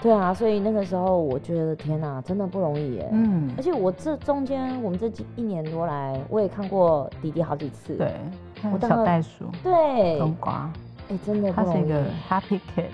S2: 对啊，所以那个时候我觉得天哪，真的不容易耶。
S1: 嗯
S2: 而，且我这中间，我们这几一年多来，我也看过迪迪好几次。
S1: 对，还有
S2: 我大
S1: 小
S2: 概
S1: 袋鼠、
S2: 对，
S1: 冬瓜，
S2: 哎，真的不
S1: 它是
S2: 容
S1: 一
S2: 易。
S1: 个 happy kid，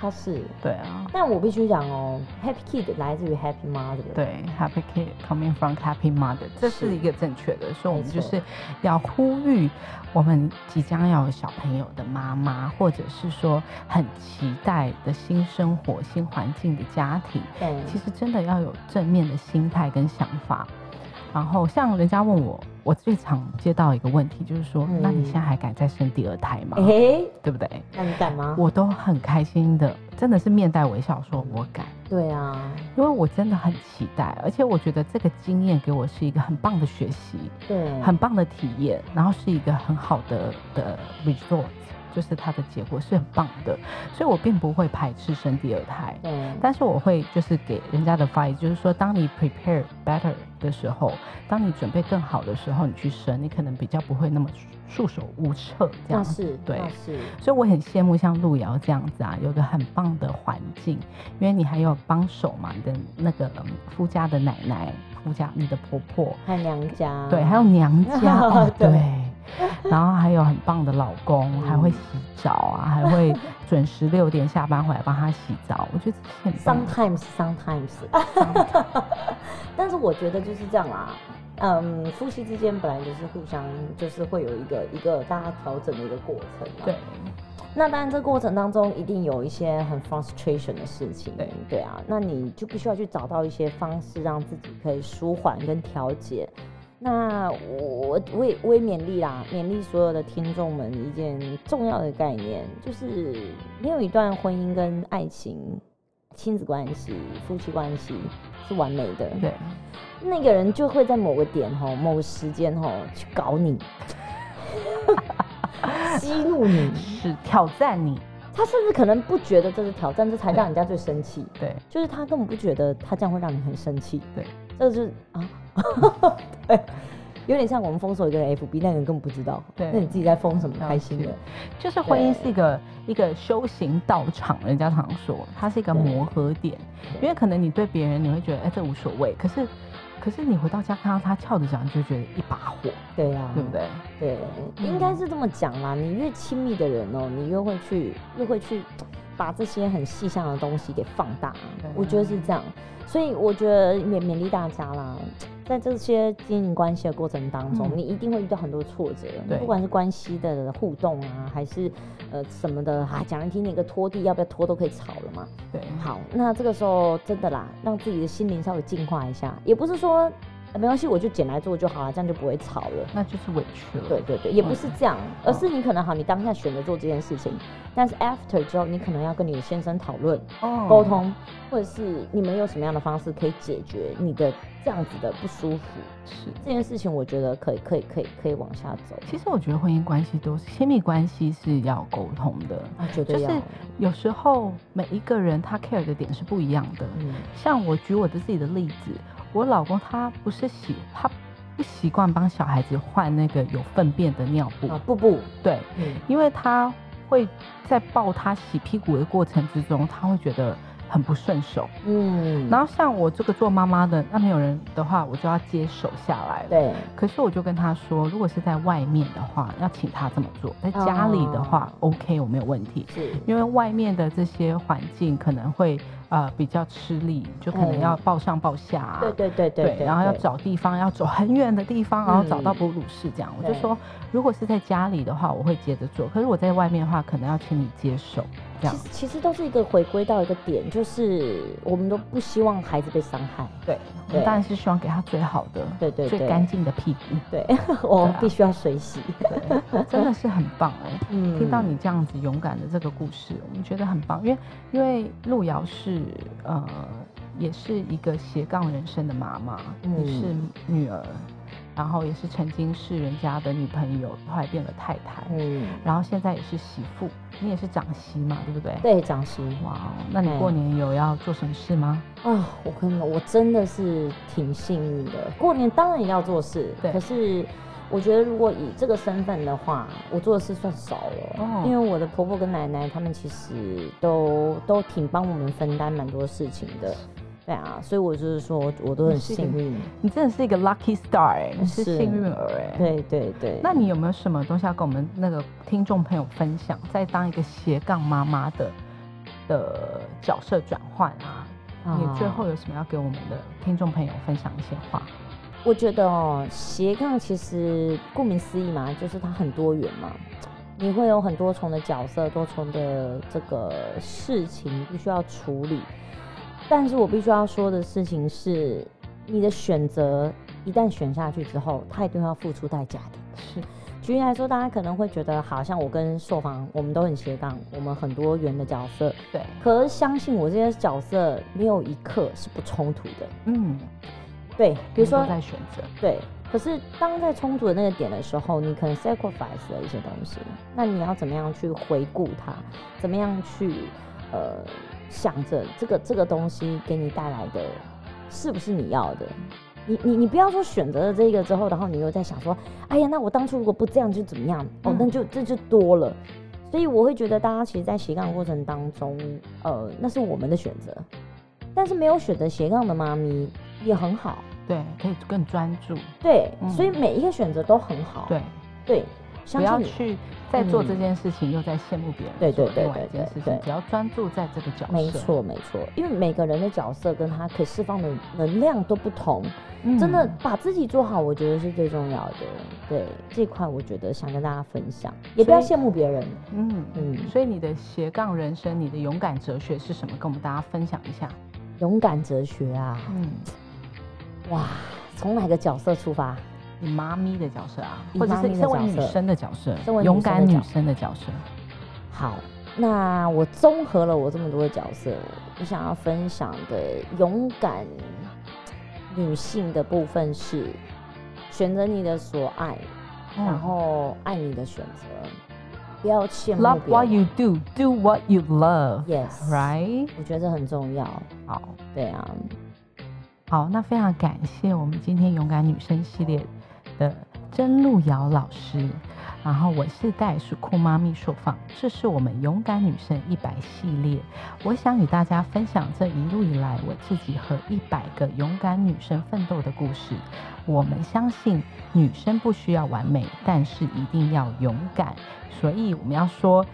S2: 他是。
S1: 对啊，
S2: 但我必须讲哦，Happy Kid 来自于 Happy Mother。
S1: 对，Happy Kid coming from Happy Mother，这是
S2: 是
S1: 一个正确的，所以我们
S2: 没
S1: 就
S2: 错
S1: 是要呼吁我们即将要有小朋友的妈妈，或者是说很期待的新生活、新环境的家庭，
S2: 对，
S1: 其实真的要有正面的心态跟想法。然后像人家问我，我最常接到一个问题就是说，那你
S2: 嗯
S1: 现在还敢再生第二胎吗？
S2: 诶，
S1: 对不对？
S2: 那你敢吗？
S1: 我都很开心的，真的是面带微笑
S2: 嗯
S1: 说我敢。
S2: 对啊，
S1: 因为我真的很期待，而且我觉得这个经验给我是一个很棒的学习，
S2: 对，
S1: 很棒的体验，然后是一个很好的的 result，就是它的结果是很棒的，所以我并不会排斥生第二胎，
S2: 对，
S1: 但是我会就是给人家的 advice，就是说，当你 prepare better 的时候，当你准备更好的时候，你去生，你可能比较不会那么束手无策这
S2: 那
S1: 样
S2: 是，
S1: 对
S2: 那是，
S1: 所以我很羡慕像路遥这样子啊，有个很棒的环境，因为你还有帮手嘛，你的那个嗯夫家的奶奶、夫家你的婆婆，
S2: 看娘家，
S1: 对，还有娘家，哦
S2: 对
S1: 对。然后还有很棒的老公，还会洗澡啊，还会准时六点下班回来帮他洗澡，我觉得这是很棒
S2: sometimes
S1: [LAUGHS]
S2: sometimes，
S1: 的。
S2: 但是我觉得就是这样啦。嗯，夫妻之间本来就是互相，就是会有一个一个大家调整的一个过程、啊。
S1: 对，
S2: 那当然，这过程当中一定有一些很 frustration 的事情，
S1: 对
S2: 对啊，那你就必须要去找到一些方式，让自己可以舒缓跟调节。那我我也我也勉励啦，勉励所有的听众们一件重要的概念，就是没有一段婚姻跟爱情、亲子关系、夫妻关系是完美的，
S1: 对，
S2: 那个人就会在某个点吼、某个时间吼、去搞
S1: [LAUGHS]
S2: 你， [LAUGHS] 激怒你，
S1: 是挑战你，
S2: 他甚至可能不觉得这是挑战，这才让人家最生气。
S1: 对
S2: 就是他根本不觉得他这样会让你很生气。
S1: 对，
S2: 这就是啊， [LAUGHS] 对，有点像我们封锁一个人 FB，那个人根本不知道。
S1: 对
S2: 那你自己在封什么
S1: 了
S2: 开心
S1: 解
S2: 的？
S1: 就是婚姻
S2: 对
S1: 是一个一个修行道场，人家常说它是一个
S2: 对
S1: 磨合点，
S2: 对
S1: 因为可能你对别人你会觉得哎、这无所谓，可是可是你回到家看到他翘着脚，你就觉得一把火，
S2: 对呀、啊，
S1: 对不？对？
S2: 对，
S1: 嗯
S2: 应该是这么讲啦。你越亲密的人哦，你越会去，越会去把这些很细项的东西给放大
S1: 对啊。
S2: 我觉得是这样，所以我觉得勉勉励大家啦，在这些经营关系的过程当中，
S1: 嗯
S2: 你一定会遇到很多挫折
S1: 对，
S2: 不管是关系的互动啊，还是呃什么的啊，讲难听点，一个拖地要不要拖都可以吵了嘛。
S1: 对，
S2: 好，那这个时候真的啦，让自己的心灵稍微净化一下，也不是说、呃没关系，我就捡来做就好了，这样就不会吵了。
S1: 那就是委屈了。
S2: 对对对，也不
S1: 嗯
S2: 是这样，而是你可能好，你当下选择做这件事情，但是 after 之后，你可能要跟你的先生讨论、
S1: 哦
S2: 沟通，或者是你们有什么样的方式可以解决你的这样子的不舒服。
S1: 是。
S2: 这件事情我觉得可以，可以，可以，可以往下走。
S1: 其实我觉得婚姻关系都是亲密关系是要沟通的，
S2: 啊，绝
S1: 就
S2: 对要，
S1: 是有时候每一个人他 care 的点是不一样的。
S2: 嗯，
S1: 像我举我的自己的例子，我老公他不是喜他不习惯帮小孩子换那个有粪便的尿布，
S2: 啊，步步，
S1: 对，
S2: 嗯，
S1: 因为他会在抱他洗屁股的过程之中，他会觉得很不顺手。
S2: 嗯，
S1: 然后像我这个做妈妈的，那没有人的话，我就要接手下来了。
S2: 对，
S1: 可是我就跟他说，如果是在外面的话，要请他这么做；在家里
S2: 哦
S1: 的话、o k 我没有问题。
S2: 是，
S1: 因为外面的这些环境可能会呃比较吃力，就可能
S2: 嗯
S1: 要抱上抱下、啊
S2: 对对对
S1: 对
S2: 对，
S1: 然后要
S2: 对，
S1: 找地方，要走很远的地方，然后找到
S2: 嗯
S1: 哺乳室这样。我就
S2: 对
S1: 说，如果是在家里的话，我会接着做；可是我在外面的话，可能要请你接手这样
S2: 其。实其实都是一个回归到一个点，就是我们都不希望孩子被伤害。
S1: 对，我们
S2: 对
S1: 当然是希望给他最好的、
S2: 对对
S1: 最
S2: 对
S1: 干净的屁股，
S2: 对， [LAUGHS] 我
S1: 对
S2: 们
S1: 啊
S2: 必须要水洗。
S1: 真的是很棒哎、
S2: 嗯
S1: 听到你这样子勇敢的这个故事，我们觉得很棒，因为因为路遥是呃也是一个斜杠人生的妈妈，
S2: 嗯
S1: 也是女儿，然后也是曾经是人家的女朋友，后来变了太太，
S2: 嗯，
S1: 然后现在也是媳妇，你也是长媳嘛，对不对？。
S2: 对，掌心
S1: 哇哦，那你过年有要做什么事吗？
S2: 啊，我跟你们，我真的是挺幸运的。过年当然也要做事，
S1: 对
S2: 可是我觉得如果以这个身份的话，我做的事算少了，
S1: 哦
S2: 因为我的婆婆跟奶奶她们其实都都挺帮我们分担蛮多事情的。对啊，所以我就是说，我都很
S1: 你是一个
S2: 幸运。
S1: 你真的是一个 lucky star 哎、你是
S2: 是
S1: 幸运儿哎、
S2: 对对对，
S1: 那你有没有什么东西要跟我们那个听众朋友分享？在当一个斜杠妈妈的的角色转换啊，你最后有什么要给我们的听众朋友分享一些话？
S2: 我觉得哦，斜杠其实顾名思义嘛，就是它很多元嘛，你会有很多重的角色，多重的这个事情必须要处理。但是我必须要说的事情是，你的选择一旦选下去之后，它一定要付出代价的。
S1: 是，
S2: 举例来说，大家可能会觉得，好像我跟受访，我们都很斜杠，我们很多元的角色。
S1: 对，
S2: 可是相信我，这些角色没有一刻是不冲突的。
S1: 嗯，
S2: 对，比如
S1: 我
S2: 说
S1: 们都在选择，
S2: 对，可是当在冲突的那个点的时候，你可能 sacrifice 了一些东西，那你要怎么样去回顾它？怎么样去呃想着这个这个东西给你带来的是不是你要的？你你你不要说选择了这个之后，然后你又在想说，哎呀，那我当初如果不这样就怎么样？哦
S1: 嗯，
S2: 那就这就多了。所以我会觉得，大家其实，在斜杠过程当中，呃，那是我们的选择。但是没有选择斜杠的妈咪也很好，
S1: 对，可以更专注，
S2: 对，
S1: 嗯
S2: 所以每一个选择都很好。
S1: 对，
S2: 对，
S1: 不
S2: 相
S1: 要
S2: 信你嗯
S1: 去在做这件事情又在羡慕别人，
S2: 对对对
S1: 另外一
S2: 对
S1: 件
S2: 对
S1: 事情
S2: 对，
S1: 只要专注在这个角色，
S2: 没，错没错，因为每个人的角色跟他可释放的能量都不同，
S1: 嗯
S2: 真的把自己做好，我觉得是最重要的。对这块，我觉得想跟大家分享，也不要
S1: 所
S2: 羡慕别人。
S1: 嗯，嗯。
S2: 嗯，
S1: 所以你的斜杠人生，你的勇敢哲学是什么？跟我们大家分享一下。
S2: 勇敢哲学啊，
S1: 嗯，
S2: 哇，从哪个角色出发？
S1: 你妈咪的角色啊，
S2: 以
S1: 或者
S2: 妈
S1: 是
S2: 咪的
S1: 身为
S2: 角
S1: 女
S2: 色
S1: 生的角色，
S2: 身为女
S1: 勇
S2: 生
S1: 敢
S2: 的
S1: 女
S2: 角
S1: 生的角色。
S2: 好，那我综合了我这么多的角色，我想要分享的勇敢女性的部分是选择你的所爱，
S1: 嗯
S2: 然后爱你的选择，不要羡
S1: 嗯
S2: 慕
S1: Love
S2: 别
S1: what
S2: 人。
S1: you do, do what you love.
S2: Yes
S1: Right?
S2: 我觉得这很重要。
S1: 好，
S2: 对啊，
S1: 好，那非常感谢我们今天勇敢女生系列的曾路瑶老师。然后我是袋鼠酷妈咪硕放，这是我们勇敢女生一百系列。我想与大家分享这一路以来我自己和一百个勇敢女生奋斗的故事。我们相信女生不需要完美，但是一定要勇敢，所以我们要说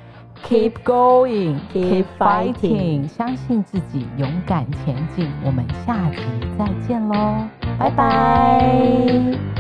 S1: keep going, keep
S2: Keep
S1: fighting，
S2: fighting
S1: 相信自己，勇敢前进。我们下集再见喽，
S2: 拜拜